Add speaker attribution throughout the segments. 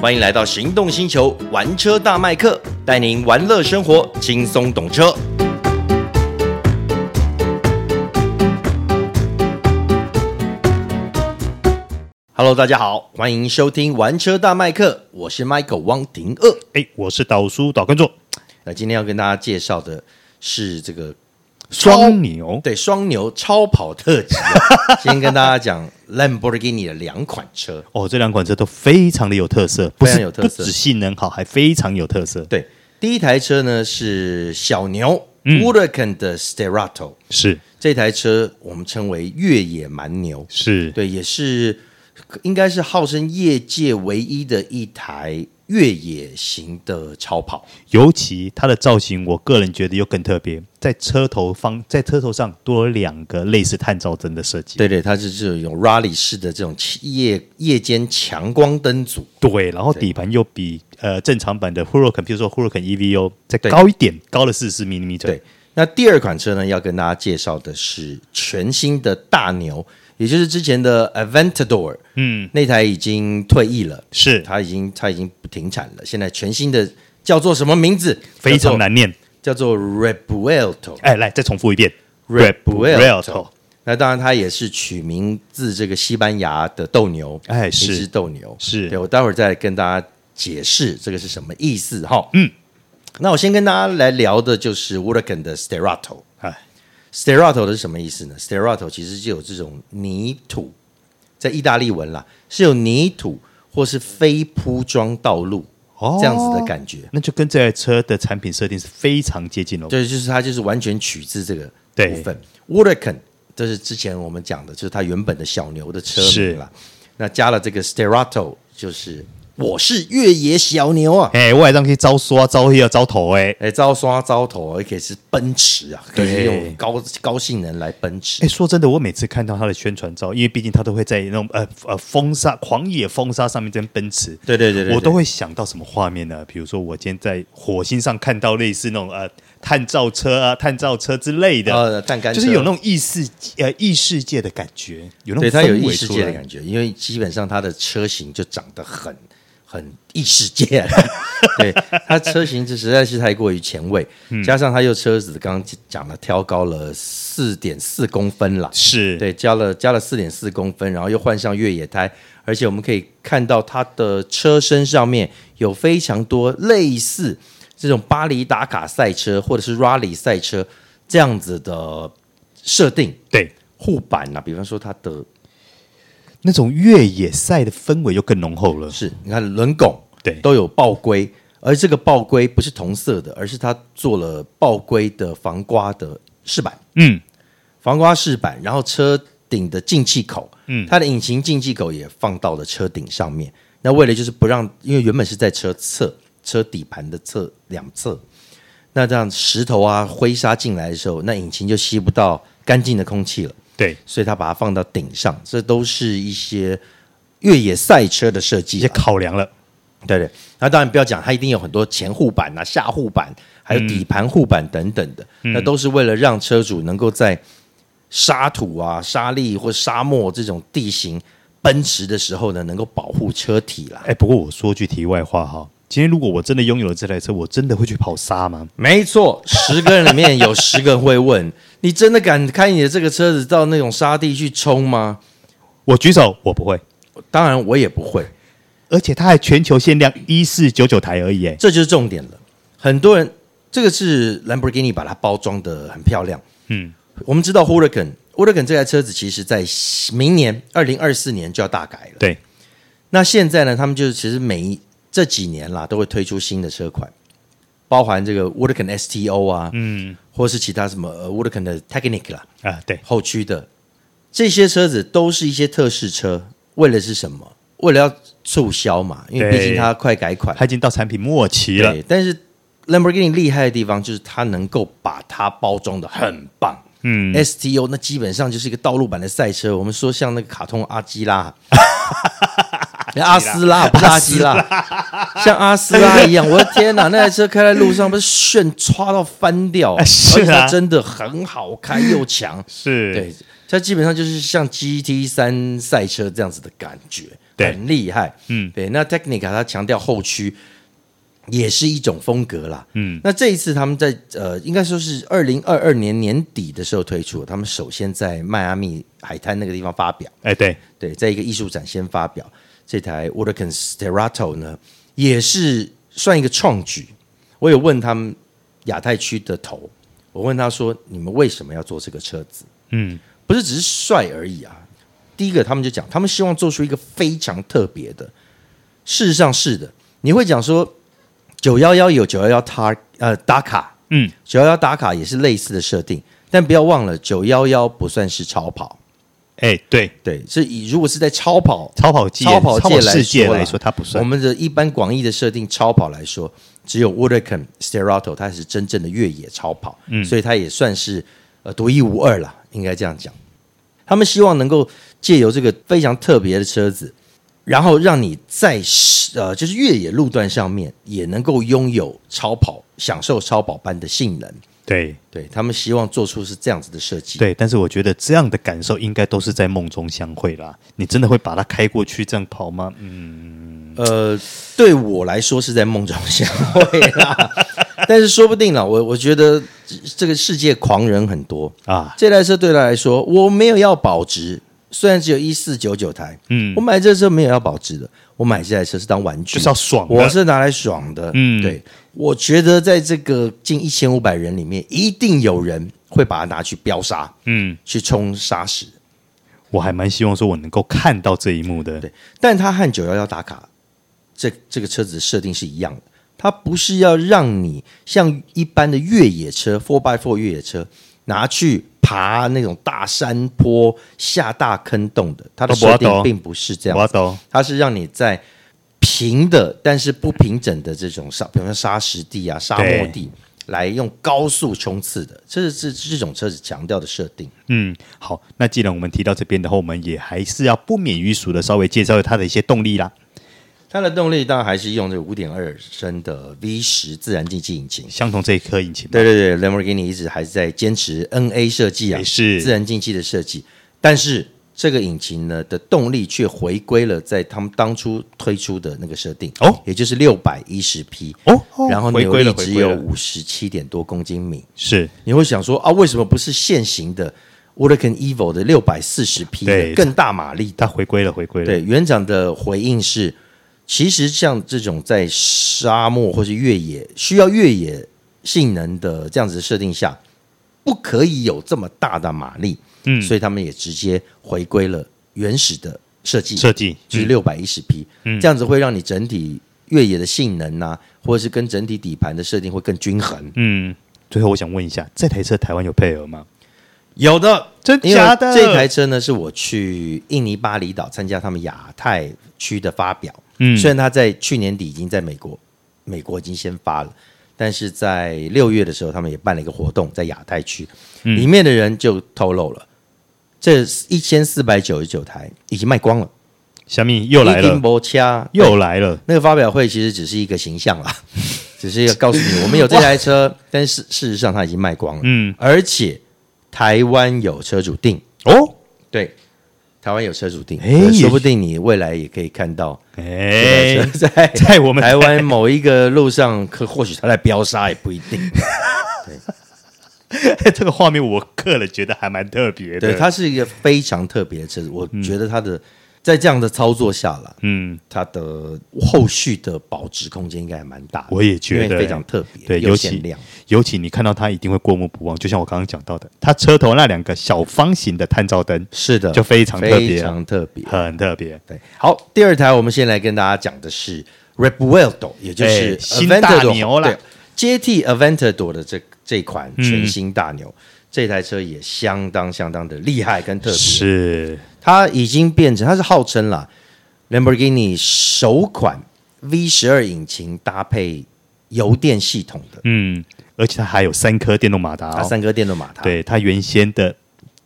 Speaker 1: 欢迎来到行动星球玩车大麦克，带您玩乐生活，轻松懂车。Hello，大家好，欢迎收听玩车大麦克，我是 Michael 汪廷锷。
Speaker 2: 哎，我是导叔导根座，
Speaker 1: 那今天要跟大家介绍的是这个
Speaker 2: 双牛
Speaker 1: 对双牛超跑特辑啊、 先跟大家讲 Lamborghini 的两款车。
Speaker 2: 哦，这两款车都非常的有特色，不
Speaker 1: 非常
Speaker 2: 是
Speaker 1: 有特色
Speaker 2: 不只性能好，还非常有特色。
Speaker 1: 对，第一台车呢是小牛 Huracan 的 Sterato，
Speaker 2: 是
Speaker 1: 这台车我们称为越野蛮牛，
Speaker 2: 是，
Speaker 1: 对，也是应该是号称业界唯一的一台越野型的超跑。
Speaker 2: 尤其它的造型，我个人觉得又更特别，在车头方在车头上多了两个类似探照灯的设计。
Speaker 1: 对对，它是这种 rally 式的这种夜夜间强光灯组。
Speaker 2: 对，然后底盘又比呃正常版的 Huracan，比如说 Huracan EVO 再
Speaker 1: 对
Speaker 2: 高一点，高了四十毫米。
Speaker 1: 对，那第二款车呢，要跟大家介绍的是全新的大牛，也就是之前的 Aventador，嗯，那台已经退役了，
Speaker 2: 是
Speaker 1: 它已经它已经不停产了。现在全新的叫做什么名字？
Speaker 2: 非
Speaker 1: 叫
Speaker 2: 常
Speaker 1: 做，
Speaker 2: 难念。
Speaker 1: 叫做 Rebuelto。
Speaker 2: 哎，来再重复一遍
Speaker 1: Rebuelto 那当然，它也是取名自这个西班牙的斗牛，
Speaker 2: 哎
Speaker 1: 一
Speaker 2: 是
Speaker 1: 只斗牛。
Speaker 2: 是
Speaker 1: 对我待会儿再跟大家解释这个是什么意思哈。嗯，那我先跟大家来聊的就是 Huracan 的 Sterato。
Speaker 2: 哎，
Speaker 1: Sterato 的是什么意思呢？Sterato 其实就有这种泥土，在意大利文啦，是有泥土或是非铺装道路、
Speaker 2: 哦
Speaker 1: 这样子的感觉。
Speaker 2: 那就跟这台车的产品设定是非常接近喽。
Speaker 1: 对，就是它就是完全取自这个
Speaker 2: 对
Speaker 1: 部分。Huracan 这是之前我们讲的，就是它原本的小牛的车名啦。那加了这个 Sterato，就是我是越野小牛啊。
Speaker 2: 哎，我也让去招刷、招黑、招头哎。
Speaker 1: 哎，招刷招头，也可以是奔驰啊，可以
Speaker 2: 对
Speaker 1: 用高高性能来奔驰
Speaker 2: 哎，。说真的，我每次看到他的宣传照，因为毕竟他都会在那种呃呃风沙、狂野风沙上面跟奔驰，
Speaker 1: 对对对对对
Speaker 2: 我都会想到什么画面呢？比如说，我今天在火星上看到类似那种呃探照车啊、探照车之类的，
Speaker 1: 呃探勘车
Speaker 2: 就是有那种异世呃异世界的感觉，有那种
Speaker 1: 对，它有
Speaker 2: 氛围
Speaker 1: 异世界
Speaker 2: 出
Speaker 1: 的
Speaker 2: 来
Speaker 1: 感觉，因为基本上它的车型就长得很很异世界了。 对，它车型就实在是太过于前卫，
Speaker 2: 嗯
Speaker 1: 加上它又车子刚刚讲了挑高了四点四公分啦，
Speaker 2: 是，
Speaker 1: 对，加了加了四点四公分，然后又换上越野胎，而且我们可以看到它的车身上面有非常多类似这种巴黎打卡赛车或者是 Rally 赛车这样子的设定。
Speaker 2: 对，
Speaker 1: 护板啊，比方说它的
Speaker 2: 那种越野赛的氛围又更浓厚了。
Speaker 1: 是，你看轮拱
Speaker 2: 对
Speaker 1: 都有爆龟，而这个爆龟不是同色的，而是它做了爆龟的防刮的饰板，
Speaker 2: 嗯，
Speaker 1: 防刮饰板，然后车顶的进气口，嗯，它的引擎进气口也放到了车顶上面。那为了就是不让，因为原本是在车侧、车底盘的侧两侧，那这样石头啊、灰沙进来的时候，那引擎就吸不到干净的空气了。
Speaker 2: 对，
Speaker 1: 所以他把它放到顶上，这都是一些越野赛车的设计啊
Speaker 2: 一些
Speaker 1: 啦。
Speaker 2: 考量了。
Speaker 1: 对对，那当然不要讲，它一定有很多前护板啊、下护板，还有底盘护板等等的，那都是为了让车主能够在沙土啊、沙砾或沙漠这种地形奔驰的时候呢，能够保护车体啦。
Speaker 2: 哎，不过我说句题外话哈，今天如果我真的拥有了这台车，我真的会去跑沙吗？
Speaker 1: 没错，十个人里面有十个人会问：你真的敢开你的这个车子到那种沙地去冲吗？
Speaker 2: 我举手，我不会。
Speaker 1: 当然，我也不会。
Speaker 2: 而且它还全球限量一四九九台而已，哎，
Speaker 1: 这就是重点了。很多人，这个是兰博基尼把它包装的很漂亮。
Speaker 2: 嗯，
Speaker 1: 我们知道 Huracan，Huracan 这台车子其实在明年二零二四年就要大改了。
Speaker 2: 对，
Speaker 1: 那现在呢，他们就是其实每一这几年啦都会推出新的车款，包含这个 Huracan STO 啊，嗯，或是其他什么呃 Huracan 的 Technic 啦，
Speaker 2: 啊，对，
Speaker 1: 后驱的这些车子都是一些特试车，为了是什么？为了要促销嘛，因为毕竟
Speaker 2: 对
Speaker 1: 它快改款，
Speaker 2: 它已经到产品末期了，
Speaker 1: 对，但是 Lamborghini 厉害的地方就是它能够把它包装的很棒。
Speaker 2: 嗯，
Speaker 1: STO 那基本上就是一个道路版的赛车，我们说像那个卡通阿基 拉。阿斯拉不是阿基拉，像阿斯拉一样，我的天哪！那台车开在路上，不是炫刷到翻掉，
Speaker 2: 是啊
Speaker 1: 而且它真的很好开又强。
Speaker 2: 是，
Speaker 1: 对，它基本上就是像 GT 三赛车这样子的感觉，
Speaker 2: 对
Speaker 1: 很厉害。
Speaker 2: 嗯，
Speaker 1: 对。那 Technica 它强调后驱也是一种风格啦。
Speaker 2: 嗯，
Speaker 1: 那这一次他们在呃，应该说是二零二二年年底的时候推出的，他们首先在迈阿密海滩那个地方发表。
Speaker 2: 哎，对，
Speaker 1: 对，在一个艺术展先发表这台 w o d k i n s Sterato 呢，也是算一个创举。我有问他们亚太区的头，我问他说：“你们为什么要做这个车子？
Speaker 2: 嗯，
Speaker 1: 不是只是帅而已啊！”第一个，他们就讲，他们希望做出一个非常特别的。事实上是的，你会讲说九幺幺有九幺幺塔呃打卡，
Speaker 2: 嗯，
Speaker 1: 九幺幺打卡也是类似的设定，但不要忘了九幺幺不算是超跑，
Speaker 2: 哎，对，
Speaker 1: 对，是以如果是在超跑
Speaker 2: 超跑界，
Speaker 1: 超跑界来
Speaker 2: 世界
Speaker 1: 说啦
Speaker 2: 来说，它不
Speaker 1: 我
Speaker 2: 算。
Speaker 1: 们的一般广义的设定，超跑来说，只有 w o d e c a n Sterato 它是真正的越野超跑，所以它也算是呃独一无二啦，应该这样讲。他们希望能够借由这个非常特别的车子，然后让你在呃就是越野路段上面也能够拥有超跑，享受超跑般的性能。
Speaker 2: 对
Speaker 1: 对他们希望做出是这样子的设计。
Speaker 2: 对，但是我觉得这样的感受应该都是在梦中相会啦。你真的会把它开过去这样跑吗？嗯，
Speaker 1: 呃，对我来说是在梦中相会 啦，但是说不定啦，我我觉得这这个世界狂人很多，
Speaker 2: 啊，
Speaker 1: 这台车对他来说，我没有要保值，虽然只有一四九九台，
Speaker 2: 嗯
Speaker 1: 我，买这车没有要保值的，我买这台车是当玩具，
Speaker 2: 就是要爽的。
Speaker 1: 我是拿来爽的，
Speaker 2: 嗯
Speaker 1: 对，我觉得在这个近一千五百人里面，一定有人会把它拿去飙杀，
Speaker 2: 嗯，
Speaker 1: 去冲砂石，
Speaker 2: 我还蛮希望说我能够看到这一幕的。
Speaker 1: 对，但它和九幺幺打卡这这个车子的设定是一样的，它不是要让你像一般的越野车 four by four 越野车拿去爬那种大山坡、下大坑洞的，它的
Speaker 2: 都不要
Speaker 1: 设定
Speaker 2: 抖
Speaker 1: 并不是这样
Speaker 2: 我
Speaker 1: 子，
Speaker 2: 懂。
Speaker 1: 它是让你在平的但是不平整的这种沙，比如说沙石地啊、沙漠地。来用高速冲刺的，这是这这种车子强调的设定。
Speaker 2: 嗯，好，那既然我们提到这边的话，我们也还是要不免于俗的稍微介绍它的一些动力啦。
Speaker 1: 它的动力当然还是用这五点二升的 V 十自然进气引擎，
Speaker 2: 相同这一颗引擎嘛，
Speaker 1: 对对对，Lamborghini 一直还是在坚持 NA 设计啊，
Speaker 2: 也哎是
Speaker 1: 自然进气的设计。但是这个引擎呢的动力却回归了在他们当初推出的那个设定
Speaker 2: 哦
Speaker 1: 也就是六百一十匹，
Speaker 2: 哦，哦
Speaker 1: 然后
Speaker 2: 回
Speaker 1: 扭
Speaker 2: 归
Speaker 1: 力
Speaker 2: 了，回
Speaker 1: 只
Speaker 2: 归
Speaker 1: 有
Speaker 2: 了，
Speaker 1: 五十七点多公斤米。
Speaker 2: 是
Speaker 1: 你会想说啊，为什么不是现行的 w o l c a n Evo 的六百四十匹
Speaker 2: 对
Speaker 1: 的更大马力的？
Speaker 2: 它回归了，回归了。
Speaker 1: 对，园长的回应是，其实像这种在沙漠或是越野需要越野性能的这样子的设定下，不可以有这么大的马力，
Speaker 2: 嗯
Speaker 1: 所以他们也直接回归了原始的设计，
Speaker 2: 设计
Speaker 1: 就是嗯
Speaker 2: 嗯
Speaker 1: 六百一十匹，这样子会让你整体越野的性能啊，或者是跟整体底盘的设定会更均衡。
Speaker 2: 嗯，最后我想问一下，这台车台湾有配额吗？
Speaker 1: 有的，
Speaker 2: 真
Speaker 1: 因为
Speaker 2: 假的？
Speaker 1: 这台车呢，是我去印尼巴厘岛参加他们亚太区的发表。
Speaker 2: 嗯
Speaker 1: 虽然它在去年底已经在美国，美国已经先发了，但是在六月的时候，他们也办了一个活动，在亚太区，
Speaker 2: 嗯
Speaker 1: 里面的人就透露了，这一千四百九十九台已经卖光了，
Speaker 2: 小米又来
Speaker 1: 已经
Speaker 2: 了，
Speaker 1: 没掐
Speaker 2: 又来了。
Speaker 1: 那个发表会其实只是一个形象 啦，只是要告诉你我们有这台车，但是事实上它已经卖光了，
Speaker 2: 嗯，
Speaker 1: 而且台湾有车主定。
Speaker 2: 哦，
Speaker 1: 对，台湾有车主定，
Speaker 2: 哎
Speaker 1: 呃说不定你未来也可以看到
Speaker 2: 哎，
Speaker 1: 这台车在
Speaker 2: 在我们
Speaker 1: 台湾某一个路上，可或许它在飙沙也不一 定。
Speaker 2: 这个画面，我个人觉得还蛮特别的。
Speaker 1: 对，它是一个非常特别的车子，我觉得它的、在这样的操作下了，
Speaker 2: 嗯，
Speaker 1: 它的后续的保值空间应该还蛮大的。
Speaker 2: 我也觉得
Speaker 1: 因为非常特别，
Speaker 2: 对
Speaker 1: 有
Speaker 2: 尤其
Speaker 1: 限量。
Speaker 2: 尤其你看到它一定会过目不忘，就像我刚刚讲到的，它车头那两个小方形的探照灯
Speaker 1: 是的，
Speaker 2: 就非常特别啊
Speaker 1: 非常特别。
Speaker 2: 很特别。
Speaker 1: 对，好，第二台我们先来跟大家讲的是 r e b u e l d o 也就是
Speaker 2: 哎新大
Speaker 1: Aventador，
Speaker 2: 牛啦
Speaker 1: 对，接替 Aventador 的这这款全新大牛。
Speaker 2: 嗯
Speaker 1: 这台车也相当相当的厉害跟特别，
Speaker 2: 是，
Speaker 1: 它已经变成它是号称啦 Lamborghini 首款 V 十二引擎搭配油电系统的，
Speaker 2: 嗯，而且它还有三颗电动马达、
Speaker 1: 它
Speaker 2: 哦，
Speaker 1: 三颗电动马达，
Speaker 2: 对它原先的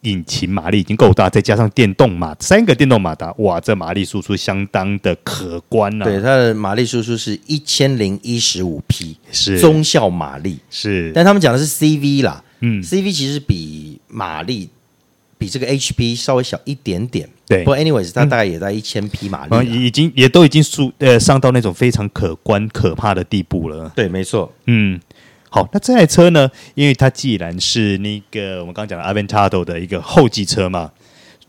Speaker 2: 引擎马力已经够大，再加上电动马三个电动马达，哇，这马力输出相当的可观啊！
Speaker 1: 对，，它的马力输出是一千零一十五匹，
Speaker 2: 是
Speaker 1: 中效马力，
Speaker 2: 是，
Speaker 1: 但他们讲的是 CV 啦，
Speaker 2: 嗯
Speaker 1: ，CV 其实比马力比这个 HP 稍微小一点点。
Speaker 2: 对嗯啊
Speaker 1: 不过 anyways，它大概也在一千匹马力
Speaker 2: 然后
Speaker 1: 啦。
Speaker 2: 呃已已经也都已经速呃上到那种非常可观可怕的地步了。
Speaker 1: 对，没错，
Speaker 2: 嗯，好，那这台车呢，因为它既然是那个我们刚刚讲的 Aventador 的一个后继车嘛，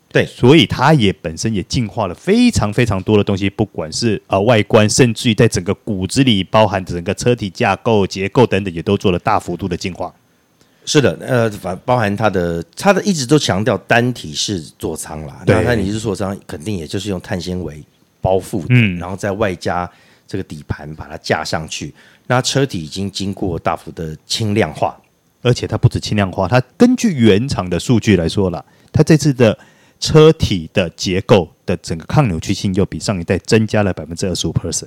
Speaker 1: 对
Speaker 2: 所以它也本身也进化了非常非常多的东西，不管是呃外观，甚至于在整个骨子里包含整个车体架构、结构等等，也都做了大幅度的进化。
Speaker 1: 是的，呃，反包含它的，它的一直都强调单体式座舱啦。
Speaker 2: 对
Speaker 1: 那单体式座舱肯定也就是用碳纤维包覆的，
Speaker 2: 嗯
Speaker 1: 然后再外加这个底盘把它架上去。那车体已经经过大幅的轻量化，
Speaker 2: 而且它不止轻量化，它根据原厂的数据来说啦，它这次的车体的结构的整个抗扭曲性又比上一代增加了百分之二十五 percent。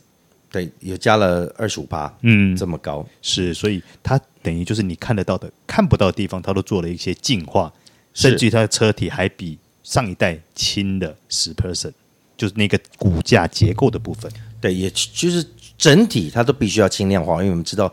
Speaker 1: 对，也加了二十五趴，
Speaker 2: 嗯
Speaker 1: 这么高。
Speaker 2: 是，所以它等于就是你看得到的、看不到的地方，它都做了一些进化，甚
Speaker 1: 是
Speaker 2: 至于它的车体还比上一代轻了十 percent，就是那个骨架结构的部分。
Speaker 1: 对，也就是整体它都必须要轻量化，因为我们知道，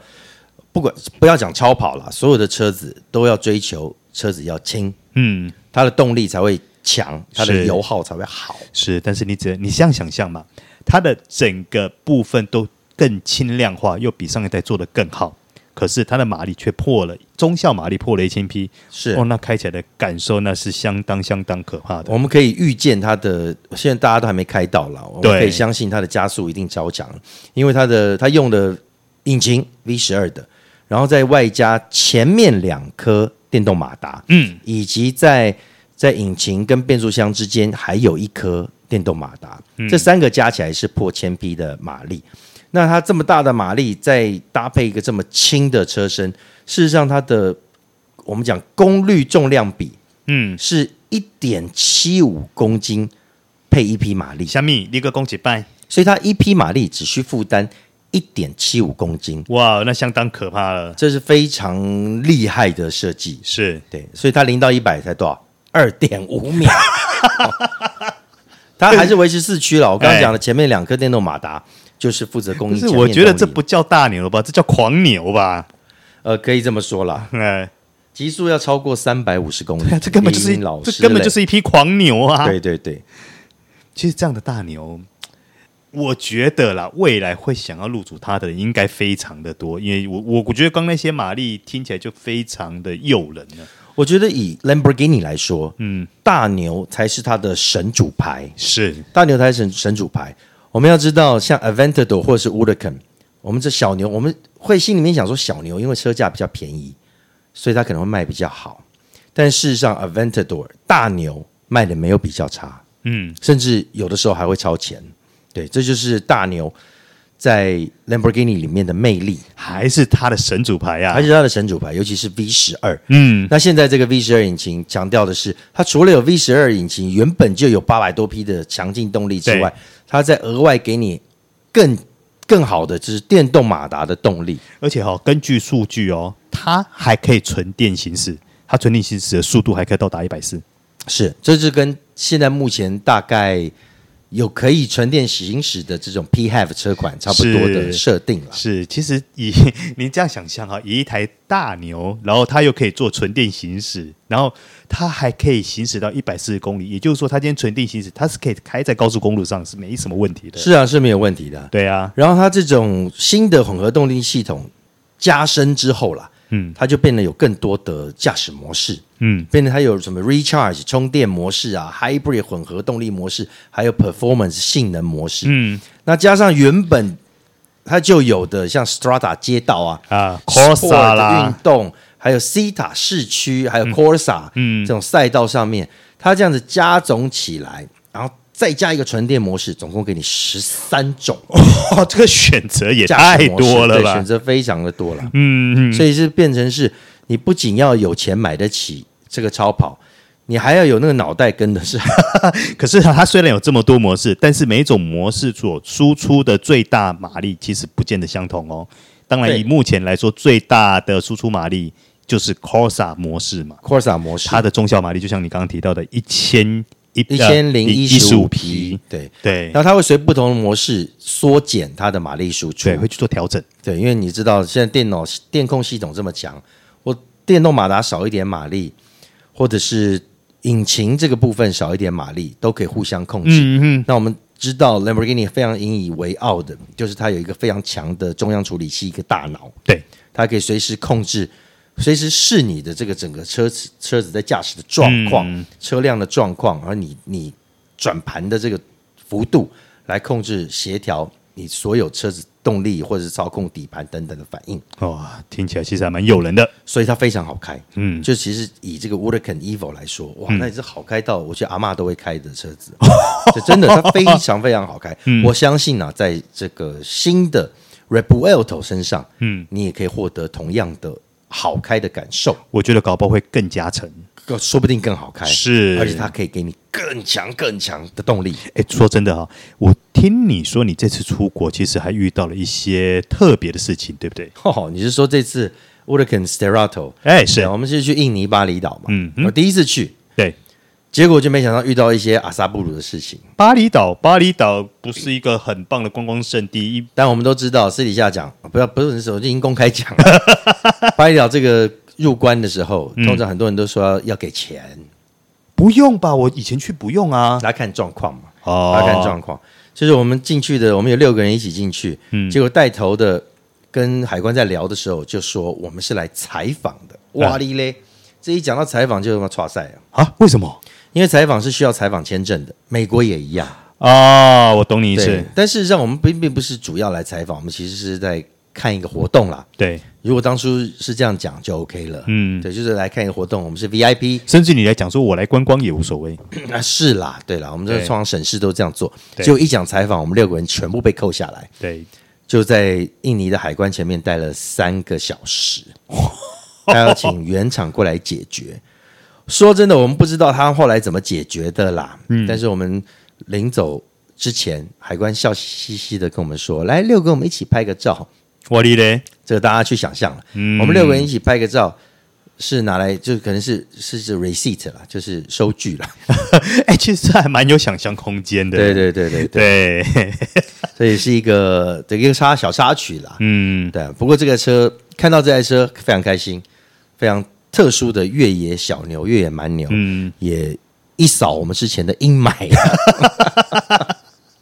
Speaker 1: 不管不要讲超跑啦，所有的车子都要追求车子要轻，
Speaker 2: 嗯，
Speaker 1: 它的动力才会强，它的
Speaker 2: 是
Speaker 1: 油耗才会好。
Speaker 2: 是，但是你只你这样想象嘛，它的整个部分都更轻量化，又比上一代做得更好。可是它的马力却破了中效马力破了一千匹，
Speaker 1: 是
Speaker 2: 哦，那开起来的感受那是相当相当可怕的。
Speaker 1: 我们可以预见它的，现在大家都还没开到啦，我
Speaker 2: 对
Speaker 1: 们可以相信它的加速一定超强，因为它的它用的引擎 V 十二的，然后再外加前面两颗电动马达，
Speaker 2: 嗯，
Speaker 1: 以及在在引擎跟变速箱之间还有一颗电动马达，
Speaker 2: 嗯
Speaker 1: 这三个加起来是破千匹的马力。那它这么大的马力，再搭配一个这么轻的车身，事实上它的我们讲功率重量比
Speaker 2: 嗯，
Speaker 1: 是一点七五公斤配一匹马力，
Speaker 2: 小米，你个恭喜拜，
Speaker 1: 所以它一匹马力只需负担一点七五公斤，
Speaker 2: 哇，那相当可怕了。
Speaker 1: 这是非常厉害的设计。
Speaker 2: 是，
Speaker 1: 对，所以它零到一百才多少？二点五 秒。它还是维持四驱了。我刚刚讲的前面两颗电动马达就是负责供
Speaker 2: 不
Speaker 1: 应前
Speaker 2: 哎是，
Speaker 1: 面动力。
Speaker 2: 我觉得这不叫大牛吧，这叫狂牛吧？
Speaker 1: 呃，可以这么说啦，
Speaker 2: 哎，
Speaker 1: 极速要超过三百五十公里
Speaker 2: 对啊，，这根本就是
Speaker 1: 李
Speaker 2: 一
Speaker 1: 英老师
Speaker 2: 这根本就
Speaker 1: 嘞、
Speaker 2: 是一匹狂牛啊！
Speaker 1: 对，对对，
Speaker 2: 其实这样的大牛，我觉得啦，未来会想要入主它的人应该非常的多，因为我我我觉得刚那些马力听起来就非常的诱人了。
Speaker 1: 我觉得以 Lamborghini 来说，
Speaker 2: 嗯，
Speaker 1: 大牛才是它的神主牌。
Speaker 2: 是，
Speaker 1: 大牛才是神神主牌。我们要知道，像 Aventador 或者是 Huracan，我们这小牛，我们会心里面想说小牛，因为车价比较便宜，所以它可能会卖比较好。但事实上，Aventador 大牛卖的没有比较差，
Speaker 2: 嗯，
Speaker 1: 甚至有的时候还会超前。对，这就是大牛在 Lamborghini 里面的魅力，
Speaker 2: 还是他的神主牌啊
Speaker 1: 而。且它的神主牌，尤其是 V 十二。
Speaker 2: 嗯，
Speaker 1: 那现在这个 V 十二引擎强调的是，它除了有 V 十二引擎原本就有八百多匹的强劲动力之外，它再额外给你更更好的就是电动马达的动力。
Speaker 2: 而且哦，根据数据哦，它还可以纯电行驶，它纯电行驶的速度还可以到达一百四。
Speaker 1: 是，这是跟现在目前大概有可以纯电行驶的这种 PHEV 车款差不多的
Speaker 2: 是
Speaker 1: 设定了。
Speaker 2: 是，其实以 您这样想象哈，以一台大牛，然后它又可以做纯电行驶，然后它还可以行驶到一百四十公里，也就是说，它今天纯电行驶，它是可以开在高速公路上，是没什么问题的。，
Speaker 1: 是啊，是没有问题的。
Speaker 2: 对啊，
Speaker 1: 然后它这种新的混合动力系统加深之后啦，
Speaker 2: 嗯
Speaker 1: 它就变得有更多的驾驶模式，
Speaker 2: 嗯，
Speaker 1: 变得它有什么 recharge 充电模式啊，hybrid 混合动力模式，还有 performance 性能模式。
Speaker 2: 嗯
Speaker 1: 那加上原本它就有的像 Strata 街道啊
Speaker 2: 啊
Speaker 1: Sport
Speaker 2: ，Corsa
Speaker 1: 运
Speaker 2: 啦，
Speaker 1: 动，还有 Cita 市区，还有 Corsa，
Speaker 2: 嗯
Speaker 1: 嗯，这种赛道上面，它这样子加总起来，然后再加一个纯电模式，总共给你十三种。
Speaker 2: 哦，这个选择也
Speaker 1: 驾
Speaker 2: 太
Speaker 1: 驶模式
Speaker 2: 多了
Speaker 1: 对选
Speaker 2: 吧？
Speaker 1: 择非常的多了，
Speaker 2: 嗯嗯，
Speaker 1: 所以是变成是你不仅要有钱买得起这个超跑，你还要有那个脑袋跟得上。
Speaker 2: 可是它虽然有这么多模式，但是每一种模式所输出的最大马力其实不见得相同哦。当然，
Speaker 1: 对
Speaker 2: 以目前来说，最大的输出马力就是 Corsa 模式嘛。
Speaker 1: Corsa 模式，
Speaker 2: 它的中效马力，就像你刚刚提到的，一千一
Speaker 1: 一千零一
Speaker 2: 十
Speaker 1: 十
Speaker 2: 五
Speaker 1: 五
Speaker 2: 匹
Speaker 1: 匹，，对，
Speaker 2: 对
Speaker 1: 然后它会随不同的模式缩减它的马力输出
Speaker 2: 对，，会去做调整。
Speaker 1: 对，因为你知道现在电脑电控系统这么强，我电动马达少一点马力，或者是引擎这个部分少一点马力，都可以互相控制。
Speaker 2: 嗯嗯，
Speaker 1: 那我们知道 Lamborghini 非常引以为傲的，就是它有一个非常强的中央处理器，一个大脑，
Speaker 2: 对，
Speaker 1: 它可以随时控制、随时视你的这个整个车子车子在驾驶的状况、车辆的状况，而你你转盘的这个幅度来控制协调你所有车子动力或者是操控底盘等等的反应，
Speaker 2: 哇，听起来其实还蛮诱人的。
Speaker 1: 所以它非常好开。
Speaker 2: 嗯，
Speaker 1: 就其实以这个 Watercan Evo 来说，哇，那也是好开到我觉得阿嬷都会开的车子，这真的它非常非常好开。我相信啊，在这个新的 r e b u e l t o 身上，
Speaker 2: 嗯
Speaker 1: 嗯，你也可以获得同样的好开的感受，
Speaker 2: 我觉得搞不好会更加成。
Speaker 1: 呃说不定更好开，
Speaker 2: 是
Speaker 1: 而且它可以给你更强更强的动力。
Speaker 2: 哎，说真的哈、我听你说你这次出国其实还遇到了一些特别的事情，对不对？
Speaker 1: 哦，你是说这次 Watercan Sterato？
Speaker 2: 哎，是
Speaker 1: 我们是去印尼巴厘岛嘛，
Speaker 2: 嗯
Speaker 1: 嗯，
Speaker 2: 哼
Speaker 1: 我第一次去，
Speaker 2: 对。
Speaker 1: 结果就没想到遇到一些阿萨布鲁的事情。
Speaker 2: 巴厘岛，巴厘岛不是一个很棒的观光胜地，一
Speaker 1: 但我们都知道，私底下讲，啊不要不是很熟，我已经公开讲了。 巴厘岛这个入关的时候，
Speaker 2: 嗯
Speaker 1: 通常很多人都说要要给钱，
Speaker 2: 不用吧？我以前去不用啊。
Speaker 1: 来看状况嘛，
Speaker 2: 哦
Speaker 1: 来看状况。就是我们进去的，我们有六个人一起进去，
Speaker 2: 嗯
Speaker 1: 结果带头的跟海关在聊的时候，就说我们是来采访的。哇哩嘞！这一讲到采访就他妈岔赛了，
Speaker 2: 啊？为什么？
Speaker 1: 因为采访是需要采访签证的，美国也一样。
Speaker 2: 啊，我懂你意
Speaker 1: 对
Speaker 2: 思。，
Speaker 1: 但事实上我们并并不是主要来采访，我们其实是在看一个活动啦。
Speaker 2: 对，
Speaker 1: 如果当初是这样讲就 OK 了，
Speaker 2: 嗯，
Speaker 1: 对，就是来看一个活动，我们是 VIP
Speaker 2: 甚至你来讲说我来观光也无所谓。
Speaker 1: 啊，是啦，对啦，我们这个
Speaker 2: 对
Speaker 1: 创审视都这样做，
Speaker 2: 对
Speaker 1: 结果一讲采访，我们六个人全部被扣下来，
Speaker 2: 对，
Speaker 1: 就在印尼的海关前面待了三个小 时，他要请原厂过来解决。说真的，我们不知道他后来怎么解决的啦，嗯，但是我们临走之前，海关笑嘻嘻的跟我们说：“来，六个，我们一起拍个照。”
Speaker 2: 我哩嘞，
Speaker 1: 这个大家去想象了。
Speaker 2: 嗯
Speaker 1: 我们六个人一起拍个照，是拿来就可能是是是 receipt 啦，就是收据啦。
Speaker 2: 哎、其实还蛮有想象空间的。
Speaker 1: 对对对对对，
Speaker 2: 对，
Speaker 1: 所以是一个这个一个插小插曲啦。
Speaker 2: 嗯，
Speaker 1: 对啊，不过这个车看到这台车非常开心，非常特殊的越野小牛、越野蛮牛，嗯，也一扫我们之前的阴霾。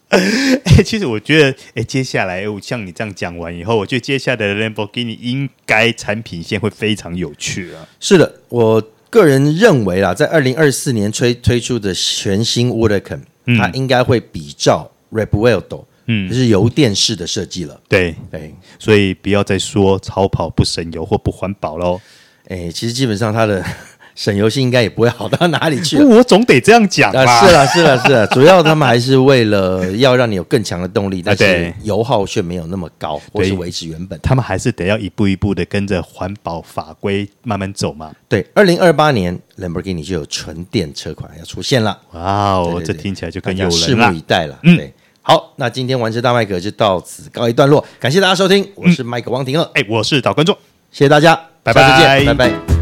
Speaker 2: 哎、其实我觉得，哎、接下来我像你这样讲完以后，我觉得接下来的 Lamborghini 应该产品线会非常有趣啊。
Speaker 1: 是的，我个人认为啦，在二零二四年推推出的全新 Watercan，、它应该会比照 r e b u e l d o
Speaker 2: 嗯
Speaker 1: 就是油电式的设计了。
Speaker 2: 对，
Speaker 1: 对，
Speaker 2: 所以不要再说超跑不省油或不环保喽。
Speaker 1: 哎，其实基本上它的 省油性应该也不会好到哪里去了。
Speaker 2: 我总得这样讲吧？
Speaker 1: 啊，是啦，是啦，是啦，主要他们还是为了要让你有更强的动力，但是
Speaker 2: 对
Speaker 1: 油耗却没有那么高，或
Speaker 2: 对
Speaker 1: 是维持原本。
Speaker 2: 他们还是得要一步一步的跟着环保法规慢慢走嘛。
Speaker 1: 对，二零二八年 Lamborghini 就有纯电车款要出现了，
Speaker 2: 哇
Speaker 1: 对
Speaker 2: 哦，
Speaker 1: 对
Speaker 2: 这
Speaker 1: 对
Speaker 2: 听起来就
Speaker 1: 大
Speaker 2: 更
Speaker 1: 家
Speaker 2: 诱
Speaker 1: 拭
Speaker 2: 人
Speaker 1: 目
Speaker 2: 啦嗯
Speaker 1: 以。待了。对，好，那今天玩车大麦克就到此告一段落，感谢大家收听，我是麦克王廷乐，
Speaker 2: 哎，我是导观众。
Speaker 1: 谢谢大家，
Speaker 2: 嗯拜拜
Speaker 1: 下次见，拜拜。